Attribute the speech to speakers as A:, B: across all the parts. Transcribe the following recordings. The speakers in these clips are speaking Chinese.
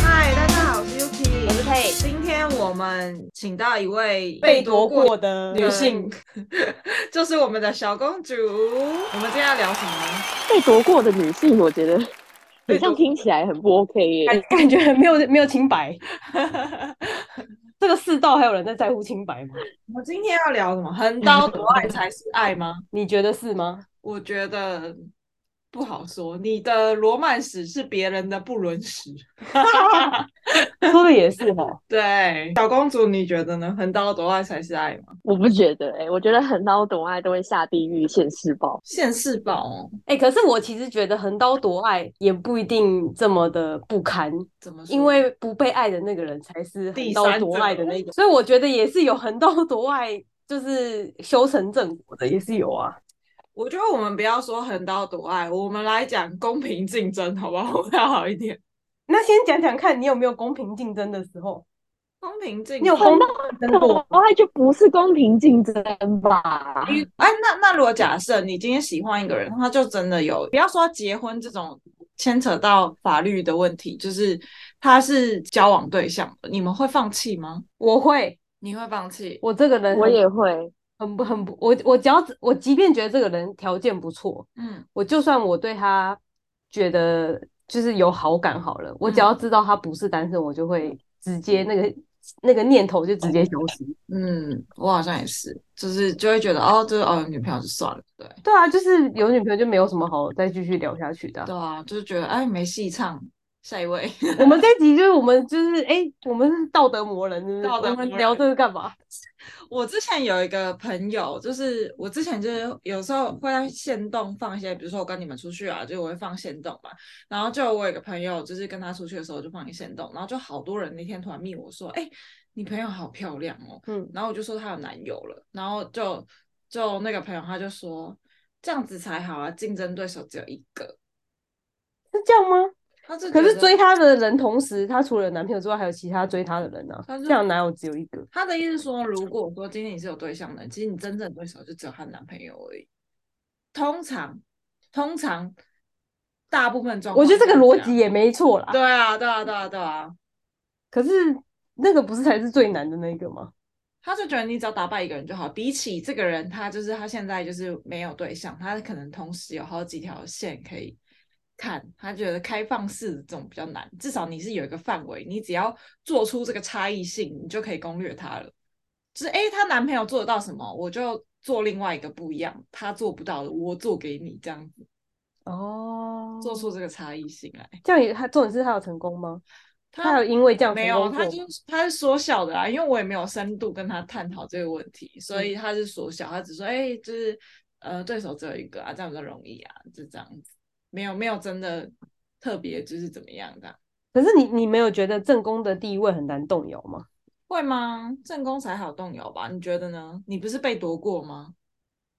A: 嗨，大家好，我是 Yuki，
B: 我是佩
A: 今天我们请到一位
B: 被夺过的女性，
A: 就是我们的小公主。我们今天要聊什么呢？
C: 被夺过的女性，我觉得
A: 被
C: 很像
A: 夺
C: 听起来很不 OK 耶、
B: 感感觉很没有没有清白。 这个世道还有人在在乎清白吗？
A: 我们今天要聊什么？横刀夺爱才是爱吗？
B: 你觉得是 吗？
A: 我觉得不好说。你的罗曼史是别人的不伦史。
B: 说的也是哦哈。
A: 对，小公主，你觉得呢？横刀夺爱才是爱吗？
C: 我不觉得哎、我觉得横刀夺啊爱都会下地狱现世报。
A: 现世报哦，
B: 哎、可是我其实觉得横刀夺爱也不一定这么的不堪，
A: 怎么说？
B: 因为不被爱的那个人才是
A: 第
B: 横刀
A: 三
B: 夺
A: 者
B: 爱的那个，所以我觉得也是有横刀夺爱，就是修成正果的也是有啊。
A: 我觉得我们不要说横刀夺爱，我们来讲公平竞争，好不好？ 要好一点。
B: 那先讲讲看你有没有公平竞争的时候，
A: 公平竞
B: 你有
A: 争，
B: 公平竞争
C: 夺
B: 过？
C: 爱哦就不是公平竞争吧？
A: 哎，那那如果假设你今天喜欢一个人，他就真的有，不要说结婚这种牵扯到法律的问题，就是他是交往对象，你们会放弃吗？
B: 我会，
A: 你会放弃？
B: 我这个人
C: 我
B: 很
C: 也会，
B: 很不很不，我我只要我即便觉得这个人条件不错，
A: 嗯，
B: 我就算我对他觉得就是有好感好了，
A: 嗯
B: 我只要知道他不是单身，我就会直接那个那个念头就直接消失。
A: 嗯，我好像也是，就是就会觉得哦，就是哦，有女朋友就算了，对
B: 对啊，就是有女朋友就没有什么好再继续聊下去的啊、
A: 对啊，就是觉得哎没戏唱，下一位。
B: 我们这一集就是我们就是哎、我们是道德魔人，是不是
A: 道德
B: 我们
A: 魔
B: 聊
A: 人
B: 这个干嘛？
A: 我之前有一个朋友，就是我之前就是有时候会在线动放一些，比如说我跟你们出去啊，就我会放线动嘛。然后就我有一个朋友，就是跟他出去的时候就放一线动，然后就好多人那天突然密我说，哎、你朋友好漂亮哦。
B: 嗯，
A: 然后我就说她有男友了，然后就就那个朋友他就说这样子才好啊，竞争对手只有一个。
B: 是这样吗？
A: 他就
B: 可
A: 觉
B: 是
A: 得
B: 追她的人，同时她除了男朋友之外，还有其他追她的人啊，
A: 她就
B: 这样哪有只有一个？
A: 他的意思是说，如果说今天你是有对象的，其实你真正的对手就只有她男朋友而已。通常，通常大部分状
B: 哦我
A: 况
B: 觉得这个逻
A: 是啊
B: 辑也没错啦
A: 这样。。对啊，对啊，对啊，对啊。
B: 可是那个不是才是最难的那个吗？
A: 他就觉得你只要打败一个人就好，比起这个人，他就是他现在就是没有对象，他可能同时有好几条线可以看，他觉得开放式的这种比较难，至少你是有一个范围，你只要做出这个差异性，你就可以攻略他了。就是诶，她男朋友做得到什么，我就做另外一个不一样，他做不到的，我做给你，这样子
B: 哦
A: 做出这个差异性来。
B: 这样也，他重点是他有成功吗？他
A: 她
B: 有因为这样成
A: 没有，
B: 功
A: 他
B: 过
A: 就他是缩小的啊啦，因为我也没有深度跟他探讨这个问题，所
B: 嗯
A: 以他是缩小，他只说，哎、就是呃，对手只有一个啊，这样比较容易啊，就这样子，没有没有真的特别就是怎么样的啊，
B: 可是你你没有觉得正宫的地位很难动摇吗？
A: 会吗？正宫才好动摇吧？你觉得呢？你不是被夺过吗？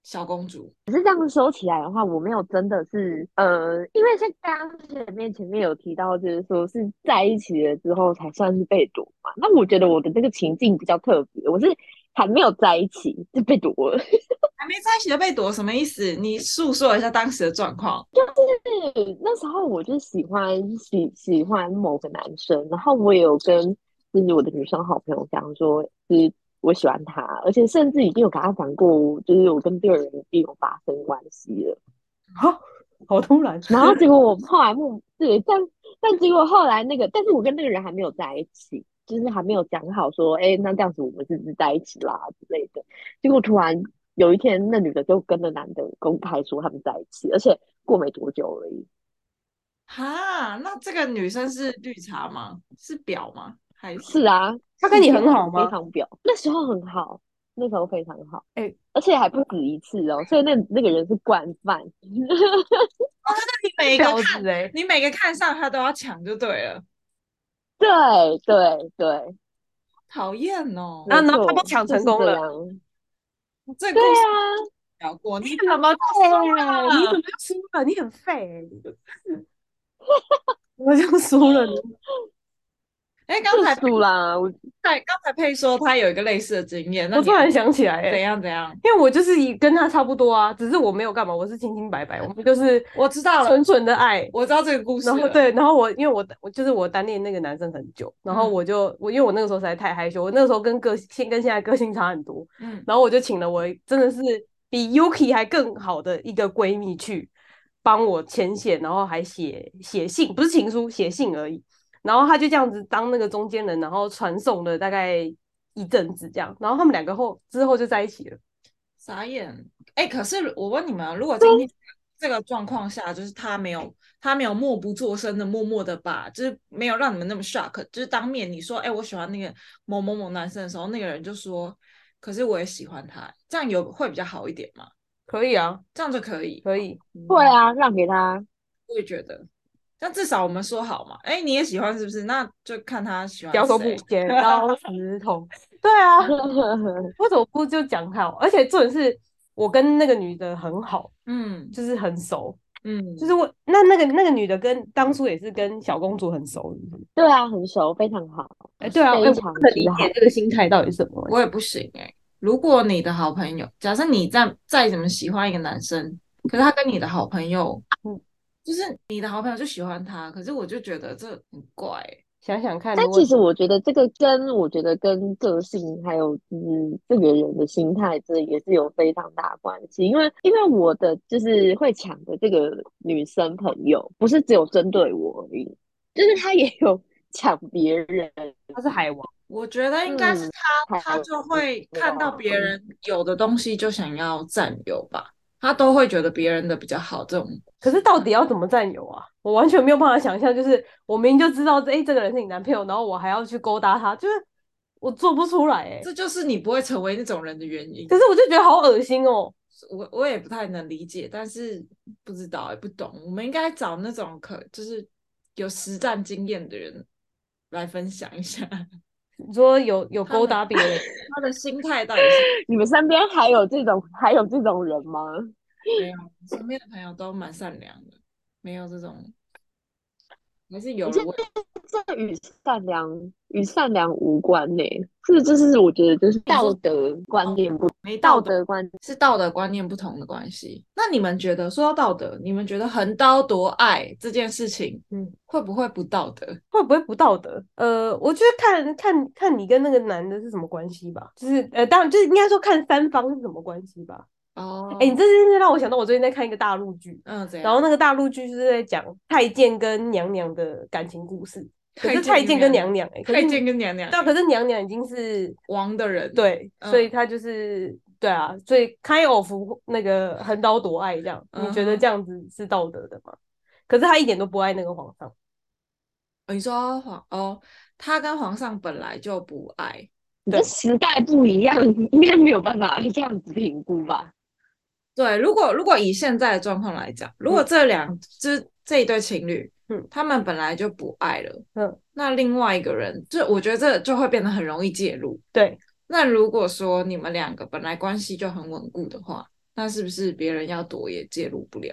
A: 小公主，
C: 可是这样说起来的话，我没有真的是呃，因为像刚刚前面前面有提到，就是说是在一起了之后才算是被夺嘛。那我觉得我的这个情境比较特别，我是还没有在一起就被夺了。
A: 还没在一起就被夺，什么意思？你诉说一下当时的状况。
C: 就是那时候我就喜欢喜喜欢某个男生，然后我也有跟就是我的女生好朋友讲说，就是我喜欢他，而且甚至已经有跟他讲过，就是我跟这个人已经有发生关系了。
A: 啊
B: 好， 好突然。
C: 然后结果我后来莫对，但但结果后来那个，但是我跟那个人还没有在一起，就是还没有讲好说，哎，那这样子我们是不是在一起啦之类的。结果突然有一天那女的就跟那男的公开说他们在一起，而且过没多久而已。
A: 哈，那这个女生是绿茶吗？是婊吗？还
C: 是啊，
B: 他跟你很
C: 是表
B: 好吗
C: 非常表，那时候很好，那时候非常好，
B: 哎
C: 而且还不止一次哦，所以那那个人是惯犯，
A: 你每个
B: 婊
A: 看，
B: 子哎，
A: 你每个看上她都要抢就对了，
C: 对对对，
A: 讨厌哦。
B: 啊然后他
C: 没
B: 被
C: 错
B: 抢
C: 就是
B: 成功
C: 这
B: 了
C: 样
A: 这故
C: 对
A: 事
C: 啊，
A: 聊过，你
B: 怎么
A: 输了
B: 你怎么输了？欸你很废 欸、我就输了你。
A: 哎，刚才
C: 就输啦，我
A: 对，刚才佩说她有一个类似的经验，那
B: 我
A: 你
B: 突然想起来、
A: 怎
B: 欸，
A: 样怎样？
B: 因为我就是以跟他差不多啊，只是我没有干嘛，我是清清白白，我们就是
A: 我知道了，
B: 纯纯的爱。
A: 我知道这个故事
B: 然后
A: 了，
B: 对，然后我因为我我就是我单恋那个男生很久，然
A: 嗯
B: 后我就我因为我那个时候实在太害羞，我那个时候跟个性跟现在个性差很多，
A: 嗯，
B: 然后我就请了我真的是比 Yuki 还更好的一个闺蜜去帮我牵线，然后还写写信，不是情书，写信而已。然后他就这样子当那个中间人，然后传送了大概一阵子这样，然后他们两个后之后就在一起了。
A: 傻眼。哎，可是我问你们啊，如果今天这个状况下，就是他没有他没有默不作声的默默的把，就是没有让你们那么 shock，就是当面你说，哎，我喜欢那个某某某男生的时候，那个人就说，可是我也喜欢他，这样有会比较好一点嘛？
B: 可以啊，
A: 这样就可以，
B: 可以，
C: 会啊，让给他，
A: 我也觉得。但至少我们说好嘛，哎，你也喜欢是不是？那就看他喜欢
B: 脚手
A: 谁
B: 不 剪刀石头，对啊，为什么不就讲好？而且重点是我跟那个女的很好，
A: 嗯
B: 就是很熟，
A: 嗯，
B: 就是我那那个那个女的跟当初也是跟小公主很熟，是不是
C: 对啊，很熟，非常好，
B: 哎、对啊，哎、
C: 非
B: 我
C: 常
B: 不能理
C: 之好
B: 解这个心态到底是什么、欸
A: 我也不行哎、如果你的好朋友，假设你再再怎么喜欢一个男生，可是他跟你的好朋友，
B: 嗯
A: 就是你的好朋友就喜欢他，可是我就觉得这很怪欸、
B: 想想看，
C: 但
B: 如果
C: 其实我觉得这个跟我觉得跟个性还有就是这个人的心态，这也是有非常大的关系。因为因为我的就是会抢的这个女生朋友，不是只有针对我而已，就是她也有 抢别人。
B: 他是海王，
A: 我觉得应该是
C: 嗯
A: 他，
C: 还
A: 他就会
C: 有
A: 看到别人有的东西就想要占有吧，他都会觉得别人的比较好。这种
B: 可是到底要怎么占有啊？我完全没有办法想象，就是我明明就知道，哎、这个人是你男朋友，然后我还要去勾搭他，就是我做不出来、哎，
A: 这就是你不会成为那种人的原因
B: 可。是我就觉得好恶心哦。
A: 我我也不太能理解，但是不知道也欸不懂，我们应该找那种可就是有实战经验的人来分享一下
B: 你说有有
A: 他们
B: 勾搭别人，
A: 他的心态到底是
C: 你们身边还有这种还有这种人吗？
A: 没有。身边的朋友都蛮善良的，没有这种，还是有
C: 我
A: 人
C: 觉
A: 会
C: 得这与善良与善良无关呢、这就是我觉得就是道德观念不
A: 没
C: 道
A: 道德，
C: 德观
A: 是道德观念不同的关系。那你们觉得说到道德，你们觉得横刀夺爱这件事情，
B: 嗯，
A: 会不会不道德？
B: 会不会不道德？呃，我觉得看看看你跟那个男的是什么关系吧，就是呃，当然就是应该说看三方是什么关系吧。
A: 哦，
B: 哎、你这件事让我想到我最近在看一个大陆剧，
A: 嗯，怎
B: 然后
A: 样？
B: 那个大陆剧就是在讲太监跟娘娘的感情故事，可是
A: 太
B: 太
A: 监
B: 监
A: 跟
B: 跟
A: 娘
B: 娘娘 哎、欸，可
A: 太
B: 是
A: 监跟娘娘，
B: 但可是娘娘已经是
A: 王的人，
B: 对，所以
A: 嗯
B: 她就是对啊，所以 kind of 那个横刀夺爱这样，你觉
A: 嗯
B: 得
A: 哼
B: 这样子是道德的吗？可是她一点都不爱那个皇上，
A: 哦你说皇哦，他跟皇上本来就不爱，
C: 你这时代不一样，应该没有办法这样子评估吧？
A: 对，如果如果以现在的状况来讲，如果这两这这一对情侣，
B: 嗯
A: 他们本来就不爱了，
B: 嗯，
A: 那另外一个人，就我觉得这就会变得很容易介入。
B: 对，
A: 那如果说你们两个本来关系就很稳固的话，那是不是别人要躲也介入不了？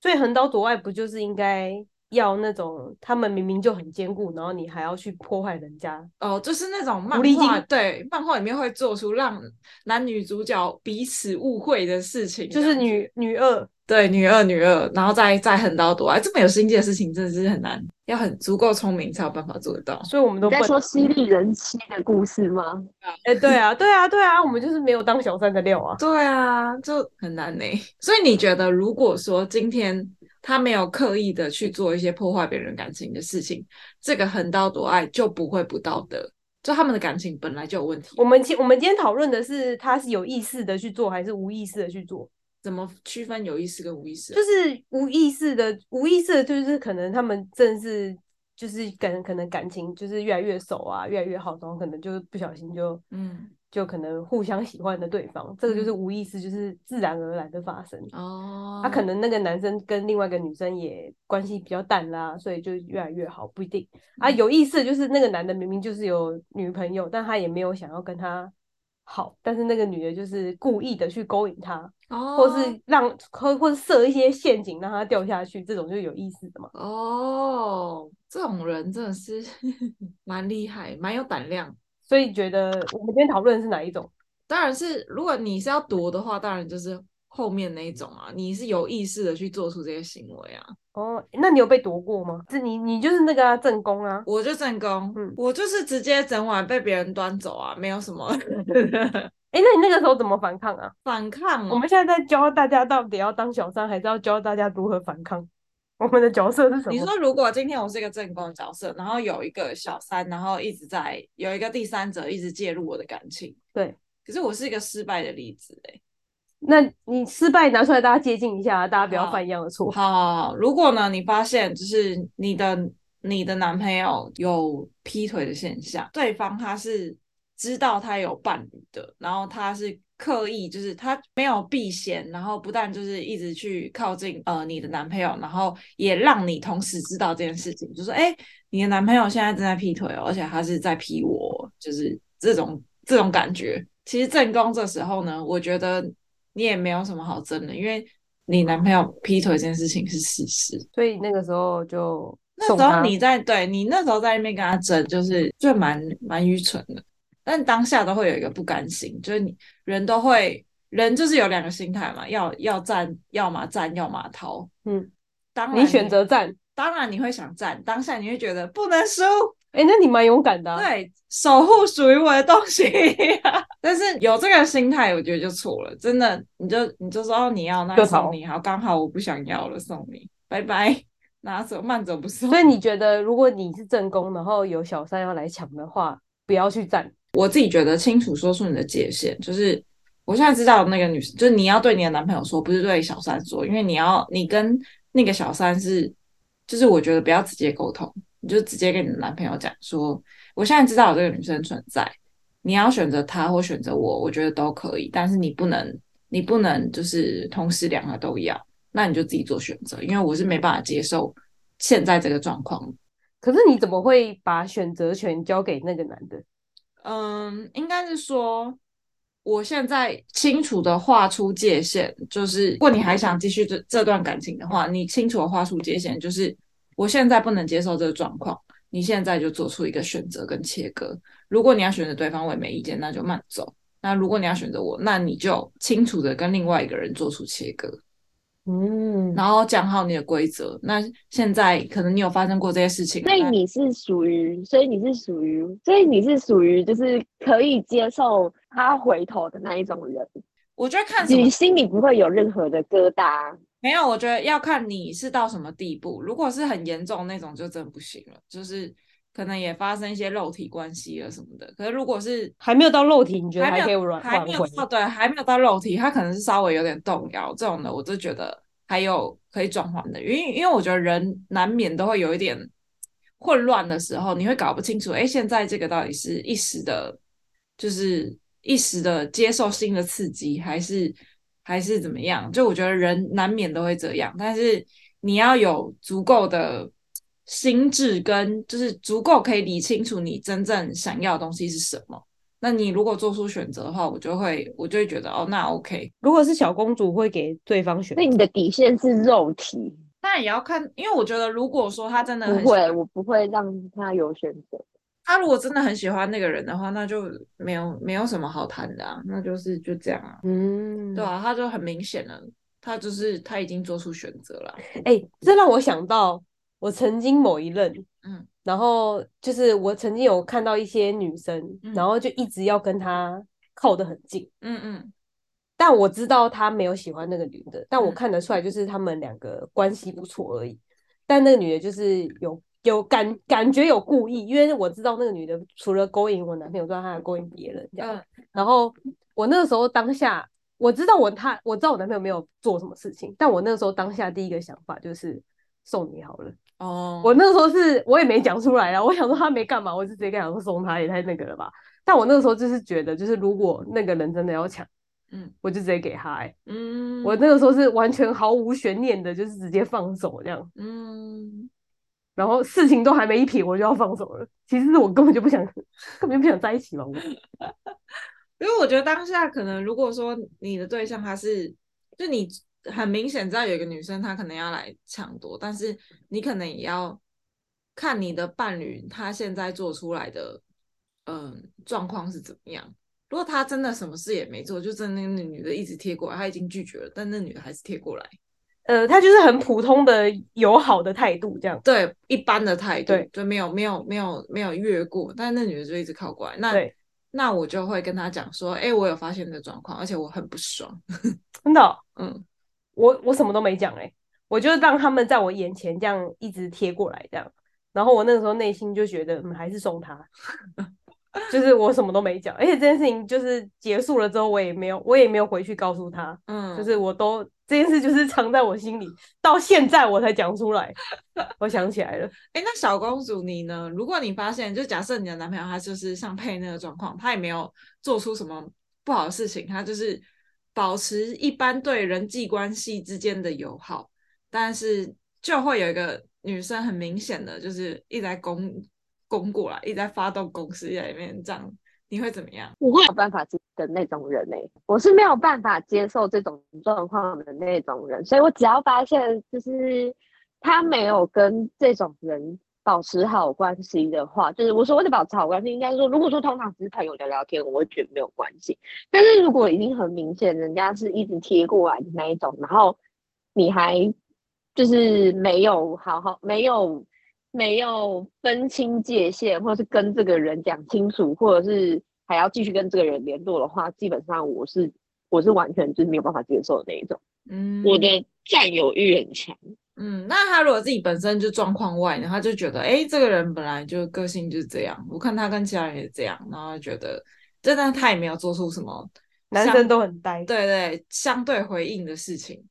B: 所以横刀夺爱不就是应该要那种他们明明就很坚固，然后你还要去破坏人家？
A: 哦，就是那种漫
B: 狐狸精
A: 画，对，漫画里面会做出让男女主角彼此误会的事情，
B: 就是女女二，
A: 对，女二女二，然后再再横刀夺爱，这么有心机的事情真的是很难，要很足够聪明才有办法做得到。
B: 所以我们都
C: 你
B: 笨
C: 在。说犀利人妻的故事吗？
B: 哎、对啊，对啊，对啊，我们就是没有当小三的料啊。
A: 对啊，就很难呢。所以你觉得，如果说今天他没有刻意的去做一些破坏别人感情的事情，这个横刀夺爱就不会不道德，就他们的感情本来就有问题，
B: 我们今我们今天讨论的是他是有意识的去做还是无意识的去做，
A: 怎么区分有意识跟无意识啊？
B: 就是无意识的无意识的就是可能他们正是就是跟可能感情就是越来越熟啊，越来越好，然后可能就不小心就
A: 嗯
B: 就可能互相喜欢的对方，
C: 嗯
B: 这个就是无意识，就是自然而然的发生。
A: 哦，
B: 啊他、可能那个男生跟另外一个女生也关系比较淡啦，所以就越来越好，不一定啊。
A: 嗯
B: 有意思的就是那个男的明明就是有女朋友，但他也没有想要跟他好，但是那个女的就是故意的去勾引他，
A: 哦，
B: 或是让或或是设一些陷阱让他掉下去，这种就是有意思的嘛。
A: 哦，这种人真的是 蛮厉害，蛮有胆量。
B: 所以觉得我们今天讨论的是哪一种？
A: 当然是，如果你是要躲的话，当然就是后面那一种啊，你是有意识的去做出这些行为啊。
B: 哦，那你有被夺过吗？是你你就是那个、啊、正宫啊。
A: 我就正宫，
B: 嗯
A: 我就是直接整晚被别人端走啊，没有什么
B: 哎，那你那个时候怎么反抗啊？
A: 反抗
B: 我
A: 哦。
B: 们现在在教大家到底要当小三，还是要教大家如何反抗？我们的角色是什
A: 啊你
B: 么？
A: 说，如果今天我是一个正宫的角色，然后有一个小三，然后一直在有一个第三者一直介入我的感情，
B: 对。
A: 可是我是一个失败的例子哎、
B: 那你失败拿出来，大家接近一下，大家不要
A: 好
B: 犯一样的错。
A: 好好，好如果呢，你发现就是你的你的男朋友有劈腿的现象，对方他是知道他有伴侣的，然后他是刻意就是他没有避嫌，然后不但就是一直去靠近呃你的男朋友，然后也让你同时知道这件事情，就说哎、诶你的男朋友现在正在劈腿哦，而且他是在劈我，就是这种这种感觉。其实正宫这时候呢，我觉得你也没有什么好争的，因为你男朋友劈腿这件事情是事实。
B: 所以那个时候就
A: 那
B: 送
A: 时候
B: 他
A: 你在对你那时候在那边跟他争，就是就蛮蛮愚蠢的。但当下都会有一个不甘心，就是你人都会人就是有两个心态嘛，要要站，要么站，要么逃。
B: 嗯，
A: 当然
B: 你选，择站。
A: 当然你会想站，当下你会觉得不能输，
B: 哎、那你蛮勇敢的、啊。，
A: 对，守护属于我的东西。 但是有这个心态，我觉得就错了。真的，你就你就说哦你要，那
B: 就逃
A: 送你好，刚好我不想要了，送你，拜拜，拿走慢走不送
B: 所。以你觉得如果你是正宫，然后有小三要来抢的话，不要去站。
A: 我自己觉得清楚说出你的界限，就是我现在知道那个女生，就是你要对你的男朋友说，不是对小三说，因为你要你跟那个小三是，就是我觉得不要直接沟通，你就直接跟你的男朋友讲说，我现在知道有这个女生存在，你要选择她或选择我，我觉得都可以，但是你不能你不能就是同时两个都要，那你就自己做选择，因为我是没办法接受现在这个状况的
B: 可是你怎么会把选择权交给那个男的？
A: 嗯，应该是说，我现在清楚的划出界限，就是如果你还想继续这这段感情的话，你清楚的划出界限，就是我现在不能接受这个状况，你现在就做出一个选择跟切割。如果你要选择对方，我也没意见，那就慢走；那如果你要选择我，那你就清楚的跟另外一个人做出切割。
B: 嗯，
A: 然后讲好你的规则。那现在可能你有发生过这些事情，
C: 所以
A: 那
C: 你是属于，所以你是属于，所以你是属于，就是可以接受他回头的那一种人，
A: 我觉得看什么
C: 你心里不会有任何的疙瘩。
A: 没有，我觉得要看你是到什么地步。如果是很严重那种，就真的不行了，就是可能也发生一些肉体关系啊了什么的。可是如果是
B: 还没有到肉体，你觉得
A: 还没
B: 还可以
A: 有
B: 挽
A: 还
B: 挽
A: 没有
B: 回？
A: 到对还没有到肉体，他可能是稍微有点动摇这种的，我就觉得还有可以转换的。因为因为我觉得人难免都会有一点混乱的时候，你会搞不清楚，哎，现在这个到底是一时的，就是一时的接受新的刺激，还是还是怎么样？就我觉得人难免都会这样，但是你要有足够的。心智跟就是足够可以理清楚你真正想要的东西是什么，那你如果做出选择的话，我就会我就会觉得哦，那 OK。
B: 如果是小公主，会给对方选
C: 所以你的底线是肉体，
A: 但也要看，因为我觉得如果说他真的
C: 不
A: 很喜
C: 会，我不会让他有选择。
A: 他如果真的很喜欢那个人的话，那就没有没有什么好谈的啊，那就是就这样啊，
B: 嗯，
A: 对啊，他就很明显了，他就是他已经做出选择了啊，
B: 哎、这让我想到我曾经某一任，
A: 嗯，
B: 然后就是我曾经有看到一些女生，
A: 嗯
B: 然后就一直要跟她靠得很近，
A: 嗯嗯
B: 但我知道她没有喜欢那个女的，但我
A: 嗯
B: 看得出来就是他们两个关系不错而已，但那个女的就是有有感感觉有故意，因为我知道那个女的除了勾引我男朋友之外，她还勾引别人这样。
A: 嗯，
B: 然后我那个时候当下，我知道我他我知道我男朋友没有做什么事情，但我那个时候当下第一个想法就是送你好了。
A: 哦，
B: 我那个时候是我也没讲出来啊，我想说他没干嘛，我就直接跟他说送他，也太那个了吧。但我那个时候就是觉得，就是如果那个人真的要抢，
A: 嗯，
B: 我就直接给他、欸。
A: 嗯，
B: 我那个时候是完全毫无悬念的，就是直接放手这样。
A: 嗯，
B: 然后事情都还没一撇，我就要放手了。其实是我根本就不想， 根本就不想在一起嘛。我
A: 因为我觉得当下可能，如果说你的对象他是，就你很明显知道有一个女生她可能要来抢夺，但是你可能也要看你的伴侣他现在做出来的嗯状况是怎么样。如果他真的什么事也没做，就真的那个女的一直贴过来，他已经拒绝了，但那女的还是贴过来，
B: 呃，他就是很普通的友好的态度这样。
A: 对一般的态度
B: 对，
A: 就没有没有没有没有越过，但那女的就一直靠过来，那
B: 对，
A: 那我就会跟他讲说，哎、我有发现你的状况，而且我很不爽，
B: 真的哦、
A: 嗯。
B: 我我什么都没讲哎、我就让他们在我眼前这样一直贴过来这样。然后我那个时候内心就觉得，嗯，还是送他， 就是我什么都没讲。而且这件事情就是结束了之后，我也没有，我也没有回去告诉他，
A: 嗯，
B: 就是我都这件事就是藏在我心里，到现在我才讲出来。我想起来了，
A: 哎、那小公主你呢？如果你发现，就假设你的男朋友他就是像佩那个状况，他也没有做出什么不好的事情，他就是保持一般对人际关系之间的友好，但是就会有一个女生很明显的就是一直在攻攻过来，一直在发动攻势在里面，这样你会怎么样？
C: 我会有办法接的那种人呢、我是没有办法接受这种状况的那种人，所以我只要发现就是他没有跟这种人保持好关系的话，就是我所谓的保持好关系，应该说，如果说通常只是朋友聊聊天，我会觉得没有关系。但是如果已经很明显，人家是一直贴过来的那一种，然后你还就是没有好好没有没有分清界限，或者是跟这个人讲清楚，或者是还要继续跟这个人联络的话，基本上我是我是完全就是没有办法接受的那一种。
A: 嗯，
C: 我的占有欲很强，
A: 嗯，那他如果自己本身就状况外呢，他就觉得，哎、这个人本来就个性就是这样，我看他跟其他人也这样，然后就觉得，真的他也没有做出什么
B: 男
A: 相
B: 生都很呆，
A: 对对相对回应的事情，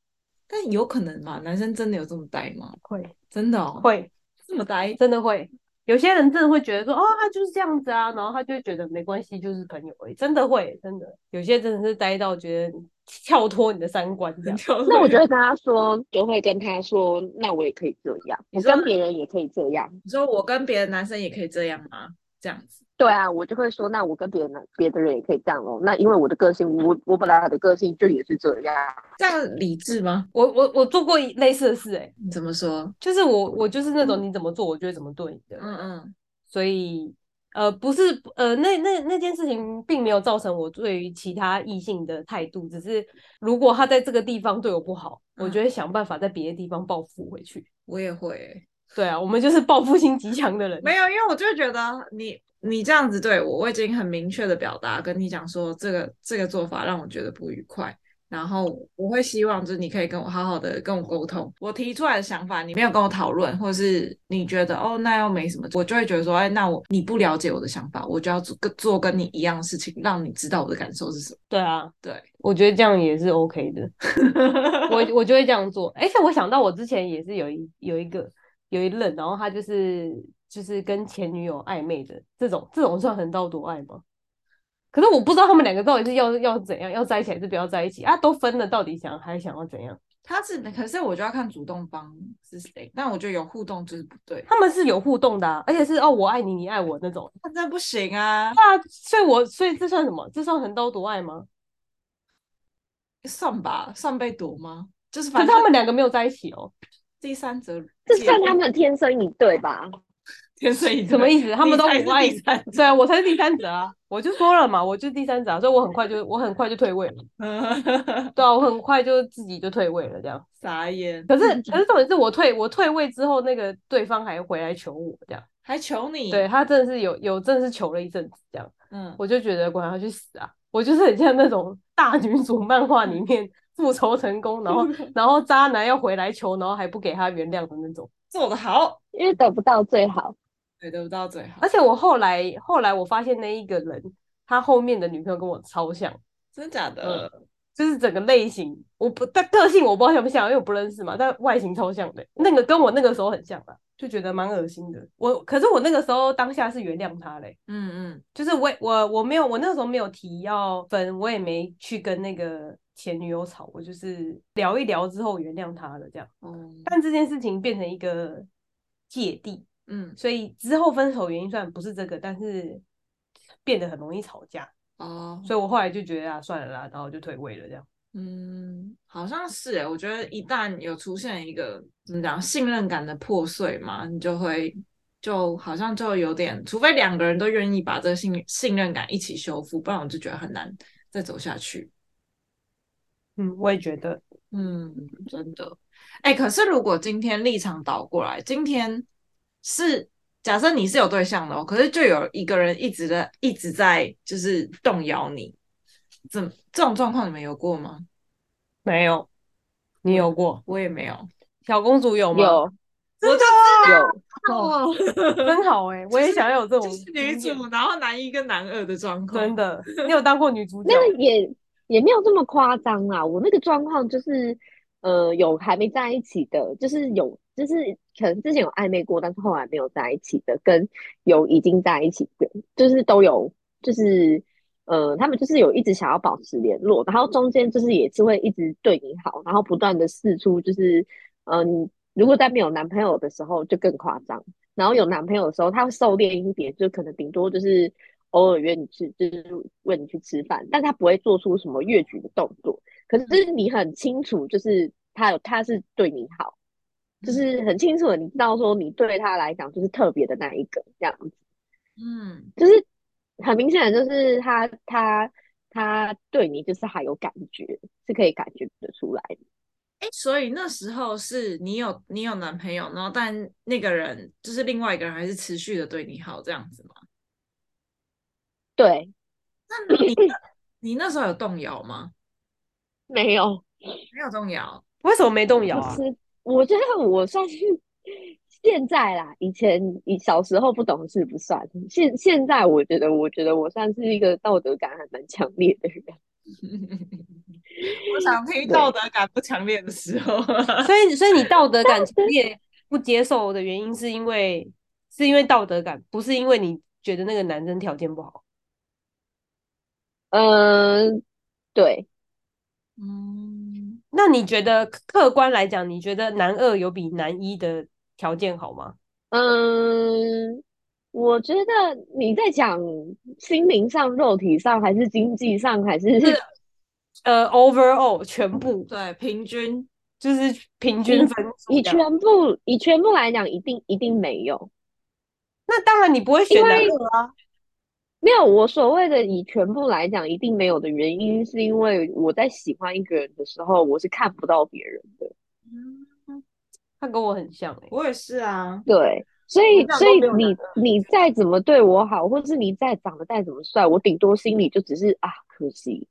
A: 但有可能嘛？男生真的有这么呆吗？
B: 会
A: 真的哦，
B: 会
A: 这么呆？
B: 真的会。有些人真的会觉得说，哦，他就是这样子啊，然后他就会觉得没关系，就是朋友而已，真的会，真的，有些真的是呆到觉得跳脱你的三观这样。
C: 那
A: 那
C: 我就会跟他说，就会跟他说，那我也可以这样，
A: 你
C: 我
A: 说
C: 跟别人也可以这样。
A: 你说我跟别的男生也可以这样吗？这样子，
C: 对啊，我就会说，那我跟别人别的人也可以这样哦。那因为我的个性，我我本来的个性就也是这样。
A: 这样理智吗？
B: 我我我做过一类似的事、欸，
A: 你怎么说？
B: 就是我我就是那种你怎么做，我就会怎么对你的，
A: 嗯嗯
B: 所以呃不是呃那那那件事情并没有造成我对于其他异性的态度，只是如果他在这个地方对我不好，我就会想办法在别的地方报复回去。
A: 我也会欸、
B: 对啊，我们就是报复心极强的人。
A: 没有，因为我就觉得你你这样子对我，我已经很明确的表达跟你讲说，这个这个做法让我觉得不愉快。然后我会希望就是你可以跟我好好的跟我沟通，我提出来的想法你没有跟我讨论，或是你觉得哦那又没什么，我就会觉得说，哎，那我你不了解我的想法，我就要做跟做跟你一样的事情，让你知道我的感受是什么。
B: 对啊，
A: 对，
B: 我觉得这样也是 OK 的， 我我就会这样做。而且我想到我之前也是有一有一个有一任，然后他就是就是跟前女友暧昧的这种，这种算横刀夺爱吗？可是我不知道他们两个到底是要要怎样，要在一起还是不要在一起啊？都分了，到底想还想要怎样？
A: 他是，可是我就要看主动方是谁，但我觉得有互动就是不对，
B: 他们是有互动的啊、而且是哦我爱你，你爱我那种。
A: 那这不行啊，
B: 那所以我所以这算什么？这算横刀夺爱吗？
A: 算吧，算被躲吗？就是
B: 可
A: 反
B: 是
A: 正
B: 他们两个没有在一起哦，
A: 第三者
C: 这
A: 介
C: 算
A: 入
C: 他们天生一对吧？
A: 天生一对
B: 什么意思？他们都不爱
A: 你才是第三者
B: 对啊，我才是第三者啊！我就说了嘛，我就是第三者啊，所以我很快就我很快就退位了。对啊，我很快就自己就退位了这样。
A: 傻眼，
B: 可是可是重点是我退我退位之后，那个对方还回来求我这样。
A: 还求你
B: 对，他真的是有有真的是求了一阵子这样，
A: 嗯，
B: 我就觉得管他去死啊！我就是很像那种大女主漫画里面复仇成功，然后然后渣男要回来求，然后还不给他原谅的那种。
A: 做得好，
C: 因为得不到最好。
A: 对，得不到最好
B: 而。且我后来后来我发现那一个人，他后面的女朋友跟我超像，
A: 真的假的？
B: 就是整个类型我不但个性我不知道像不像，因为我不认识嘛，但外形超像的，那个跟我那个时候很像啊，就觉得蛮恶心的。我可是我那个时候当下是原谅他嘞，
A: 嗯嗯，
B: 就是我也我我没有我那个时候没有提要分，我也没去跟那个前女友吵，我就是聊一聊之后原谅他了这样。
A: 哦，
B: 但这件事情变成一个芥蒂，
A: 嗯
B: 所以之后分手原因虽然不是这个，但是变得很容易吵架，
A: 哦，
B: 所以我后来就觉得啊，算了啦，然后就退位了这样。
A: 嗯，好像是诶，我觉得一旦有出现一个怎么讲信任感的破碎嘛，你就会就好像就有点，除非两个人都愿意把这个信信任感一起修复，不然我就觉得很难再走下去。
B: 嗯，我也觉得，
A: 嗯，真的。哎、可是如果今天立场倒过来，今天是假设你是有对象的哦，可是就有一个人一直在一直在就是动摇你，怎么这种状况你们有过吗？
B: 没有，你有过？
A: 我也没有。
B: 小公主有吗？
C: 有，我就有，
A: 哦，
B: 真好哎、我也想要有这种
A: 就是女
B: 经验
A: 主，然后男一跟男二的状况。
B: 真 的，你有当过女主角？
C: 那个也也没有这么夸张啦。我那个状况就是，呃，有还没在一起的，就是有，就是可能之前有暧昧过，但是后来没有在一起的，跟有已经在一起的，就是都有，就是呃，他们就是有一直想要保持联络，然后中间就是也是会一直对你好，然后不断的试出，就是嗯、呃你如果在没有男朋友的时候就更夸张。然后有男朋友的时候，他会收敛一点，就可能顶多就是偶尔约你去，就是问你去吃饭，但他不会做出什么越矩的动作。可是就是你很清楚，就是他有他是对你好，就是很清楚的，你知道说你对他来讲就是特别的那一个这样子，
A: 嗯
C: 就是很明显的就是他他他对你就是还有感觉，是可以感觉得出来的。
A: 哎、所以那时候是你有你有男朋友，然后但那个人就是另外一个人还是持续的对你好这样子吗？
C: 对，
A: 那你那你那时候有动摇吗？
C: 没有。
A: 没有动摇，
B: 为什么没动摇啊？
C: 是，我觉得我算是现在啦，以前以小时候不懂事不算，现现在我觉得，我觉得我算是一个道德感还蛮强烈的人。
A: 我想听道德感不强烈的时候。
B: 所以，所以你道德感强 烈不接受的原因，是因为是因为道德感，不是因为你觉得那个男生条件不好。
C: 嗯、对，
A: 嗯，
B: 那你觉得客观来讲，你觉得男二有比男一的条件好吗？
C: 嗯、我觉得你在讲心灵上、肉体上，还是经济上，还是
B: 呃，overall 全部
A: 对，平均
B: 就是平均分数
C: 以
B: 这样。
C: 全部以全部来讲，一定一定没有。
B: 那当然你不会选男
C: 因
B: 二啊，
C: 没有，我所谓的以全部来讲，一定没有的原因，是因为我在喜欢一个人的时候，我是看不到别人的。
B: 他跟我很像哎、
A: 我也是啊，
C: 对，所
A: 我
C: 以
A: 们俩
C: 所
A: 都
C: 以
A: 没有
C: 你
A: 男二
C: 你再怎么对我好，或是你再长得再怎么帅，我顶多心里就只是啊可惜，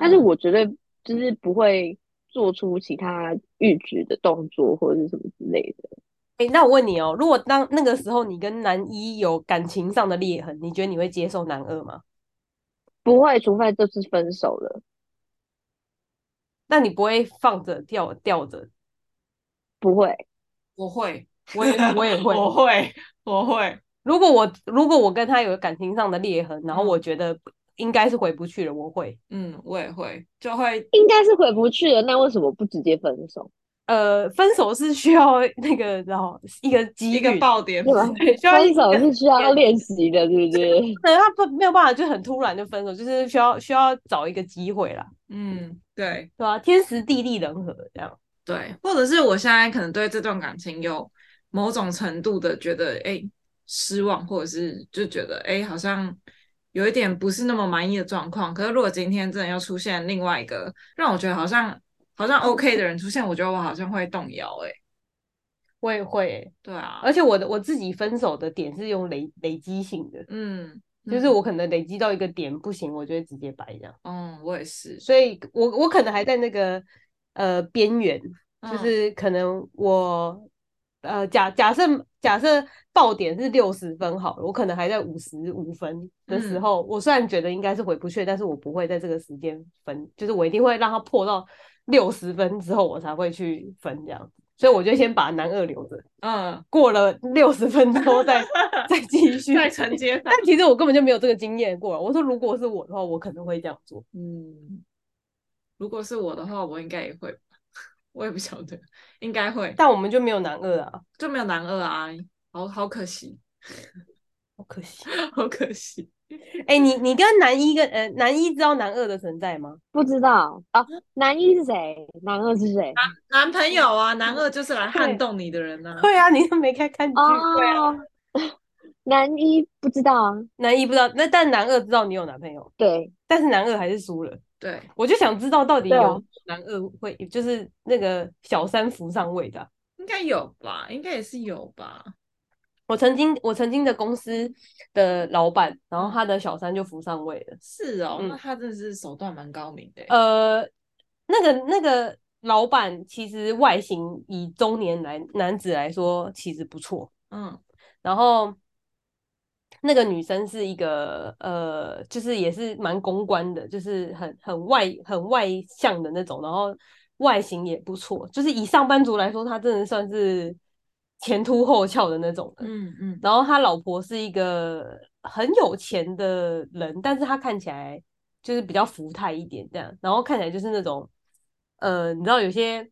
C: 但是
A: 嗯
C: 我绝对就是不会做出其他逾矩的动作或者是什么之类的。
B: 哎、那我问你哦，如果当那个时候你跟男一有感情上的裂痕，你觉得你会接受男二吗？
C: 不会，除非这次分手了，
B: 那你不会放着吊吊着？
C: 不会。
A: 我会，我也
B: 我也 会
A: 我会，我会，
B: 如果我如果我跟他有感情上的裂痕，然后
A: 嗯
B: 我觉得应该是回不去了，我会
A: 嗯，我也会，就会
C: 应该是回不去了，那为什么不直接分手？
B: 呃，分手是需要那个然后一个机
A: 一个
B: 遇，
A: 爆点
C: 对吧？
B: 对，需要一
C: 分
B: 个
C: 手是需要练习的，对不对？
B: 可能他不没有办法就很突然就分手，就是需要需要找一个机会啦，
A: 嗯，对
B: 对吧、天时地利人和这样，
A: 对，或者是我现在可能对这段感情有某种程度的觉得，哎、失望，或者是就觉得，哎、好像有一点不是那么满意的状况。可是如果今天真的又出现另外一个让我觉得好像好像
B: 哦
A: OK 的人出现，我觉得我好像会动摇、哎，
B: 我也会欸、
A: 对啊，
B: 而且我的我自己分手的点是用累累积性的，
A: 嗯，
B: 就是
A: 嗯，
B: 我可能累积到一个点不行，我就会直接掰这样，
A: 嗯，我也是，
B: 所以我我可能还在那个呃边缘，就
A: 嗯
B: 是可能我呃，假假设假设爆点是六十分好了，我可能还在五十五分的时
A: 嗯
B: 候，我虽然觉得应该是回不去，但是我不会在这个时间分，就是我一定会让它破到六十分之后，我才会去分这样。所以我就先把男二留着，
A: 嗯，
B: 过了六十分之后 再再继续
A: 再承接上
B: 但，其实我根本就没有这个经验过。我说如果是我的话，我可能会这样做。
A: 嗯，如果是我的话，我应该也会吧， 我也不晓得，应该会，
B: 但我们就没有男二啊，
A: 就没有男二啊，好好可惜，
B: 好可惜。
A: 好可惜。
B: 哎、你你跟男一跟呃男一知道男二的存在吗？
C: 不知道哦，男一是谁？男二是谁？
A: 男朋友啊，男二就是来撼动你的人呐、啊。
B: 对啊，你都没开看剧。对啊，
C: 哦， 男一不知道啊。
B: 男一不知道，那但男二知道你有男朋友，
C: 对，
B: 但是男二还是输了。
A: 对，
B: 我就想知道到底
C: 对啊
B: 有男二会，就是那个小三扶上位的啊、
A: 应该有吧，应该也是有吧。
B: 我曾经我曾经的公司的老板，然后他的小三就扶上位了。
A: 是哦，
B: 嗯
A: 那他真的是手段蛮高明的欸。
B: 呃，那个那个老板其实外形以中年男男子来说其实不错，
A: 嗯
B: 然后那个女生是一个呃，就是也是蛮公关的，就是很很外很外向的那种，然后外形也不错，就是以上班族来说，她真的算是前凸后翘的那种的。
A: 嗯嗯，
B: 然后他老婆是一个很有钱的人，但是他看起来就是比较福态一点这样，然后看起来就是那种，呃，你知道有些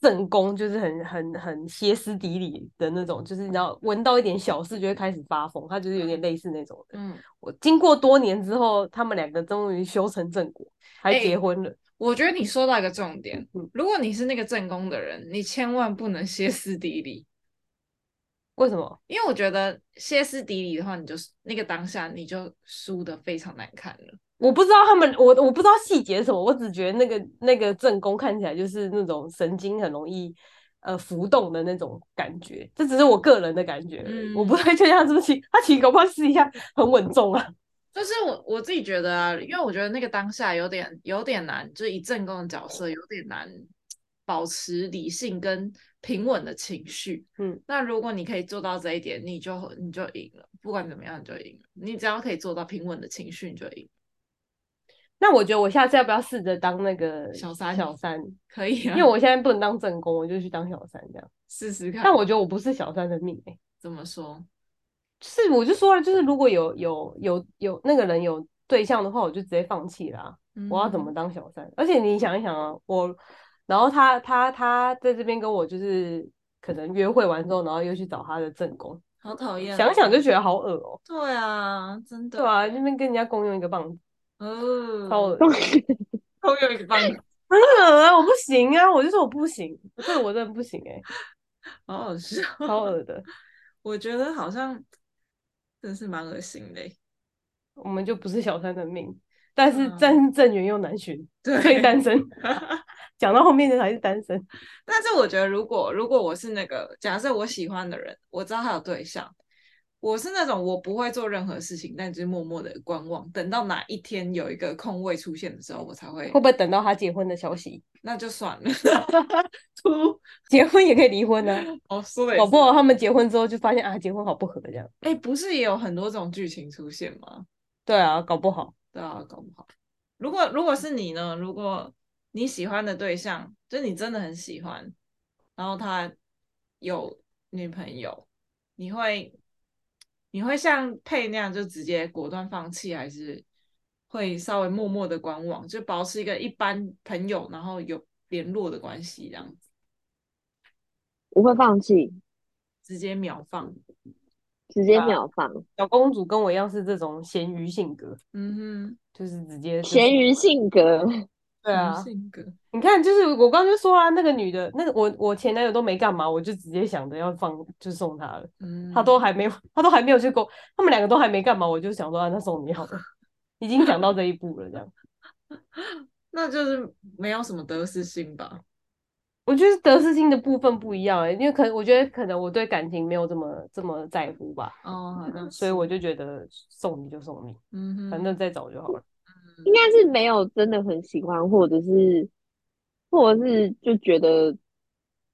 B: 正宫就是很很很歇斯底里的那种，就是你知道闻到一点小事就会开始发疯，他就是有点类似那种的。
A: 嗯，
B: 我经过多年之后，他们两个终于修成正果，还
A: 哎
B: 结婚了。
A: 我觉得你说到一个重点
B: 嗯，
A: 如果你是那个正宫的人，你千万不能歇斯底里，
B: 为什么？
A: 因为我觉得歇斯底里的话，你就是那个当下你就输的非常难看了。
B: 我不知道他们，我我不知道细节是什么，我只觉得那个那个正宫看起来就是那种神经很容易呃浮动的那种感觉，这只是我个人的感觉而已，我
A: 嗯
B: 不太确定他是不是其他其实搞不好私底下很稳重啊。
A: 就是我我自己觉得啊，因为我觉得那个当下有点有点难，就是以正宫的角色有点难保持理性跟平稳的情绪。
B: 嗯，
A: 那如果你可以做到这一点，你就你就赢了，不管怎么样你就赢了。你只要可以做到平稳的情绪，你就赢。
B: 那我觉得我下次要不要试着当那个
A: 小三
B: 小三，
A: 可以
B: 因
A: 啊，
B: 为我现在不能当正宫，我就去当小三这样。
A: 试试看。
B: 但我觉得我不是小三的命欸
A: 怎么说？
B: 就是我就说了，就是如果有有有有那个人有对象的话，我就直接放弃啦、我要怎么
A: 嗯
B: 当小三？而且你想一想啊，我，然后他他他在这边跟我就是可能约会完之后，然后又去找他的正宫，
A: 好讨厌哦？
B: 想想就觉得好恶哦、
A: 对啊，真的
B: 对啊，那边跟人家共用一个棒子，
A: 哦，
B: 超恶，
A: 都有一个棒子，
B: 很恶啊！我不行啊，我就说我不行，这我真的不行哎、
A: 好好笑。
B: 超恶的，
A: 我觉得好像真是蛮恶心的欸。
B: 我们就不是小三的命，但是
A: 嗯
B: 但是正缘又难寻，所以
A: 对，
B: 单 身。讲到后面的才是单身，
A: 但是我觉得，如果如果我是那个假设我喜欢的人，我知道他有对象，我是那种我不会做任何事情，但就是默默的观望，等到哪一天有一个空位出现的时候，我才会
B: 会不会等到他结婚的消息？
A: 那就算了。 突
B: 结婚也可以离婚呢、
A: 哦，说的也
B: 搞
A: 是
B: 不好他们结婚之后就发现啊，结婚好不合这样。
A: 哎、不是也有很多种剧情出现吗？
B: 对啊，搞不好
A: 对啊，搞不好。如果如果是你呢？如果你喜欢的对象，就你真的很喜欢，然后他有女朋友，你会你会像佩那样就直接果断放弃，还是会稍微默默的观望，就保持一个一般朋友，然后有联络的关系，这样子
C: 我会放弃，
A: 直接秒放？
C: 直接
B: 啊
C: 秒放。
B: 小公主跟我一样是这种咸鱼性格，
A: 嗯
B: 就是直接就是
C: 咸。鱼性 格，
A: 哼，
B: 对啊，
A: 性格
B: 你看，就是我刚刚就说啊，那个女的，那个我我前男友都没干嘛，我就直接想着要放就送他了，
A: 嗯，
B: 他都还没有，他都还没有去勾，他们两个都还没干嘛，我就想说啊，那送你好了，已经想到这一步了，这样。
A: 那就是没有什么得失心吧。
B: 我觉得得失心的部分不一样欸，因为可我觉得可能我对感情没有这么这么在乎吧，
A: 哦，好像
B: 所以
A: 是
B: 我就觉得送你就送你，
A: 嗯哼，
B: 反正再找就好了。
C: 应该是没有真的很喜欢，或者是，或者是就觉得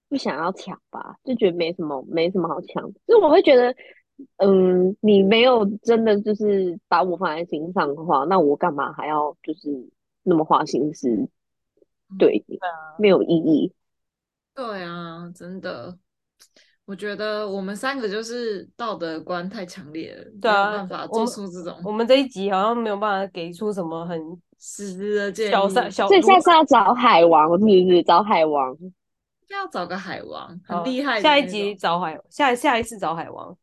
C: 不想要抢吧，就觉得没什么没什么好抢。就是我会觉得，嗯，你没有真的就是把我放在心上的话，那我干嘛还要就是那么花心思
B: 嗯
C: 对你？
B: 啊
C: 没有意义。
A: 对啊，真的，我觉得我们三个就是道德观太强烈了，没
B: 对啊
A: 有办法
B: 我
A: 做
B: 们
A: 出这种
B: 我们这一集好像没有办法给出什么很
A: 实质的建
B: 小
A: 议，
B: 三小，
C: 所以
B: 哦如
C: 下次要找海王是不是？找海王，
A: 应该要找个海王，
B: 好
A: 很厉害的
B: 下一
A: 那
B: 集
A: 种。
B: 找海，下下一次找海王。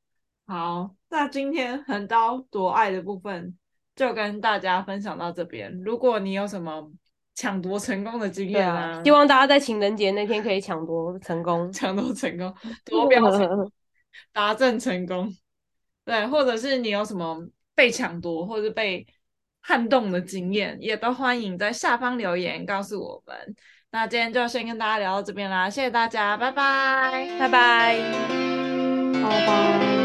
A: 好，那今天横刀夺爱的部分就跟大家分享到这边。如果你有什么抢夺成功的经
B: 对
A: 验
B: 啊，希望大家在情人节那天可以抢夺 成功。
A: 抢夺成 功，夺标成功达阵成功，对，或者是你有什么被抢夺或者被撼动的经验，也都欢迎在下方留言告诉我们。那今天就先跟大家聊到这边啦，谢谢大家，拜拜，
B: 拜拜。
C: 拜拜。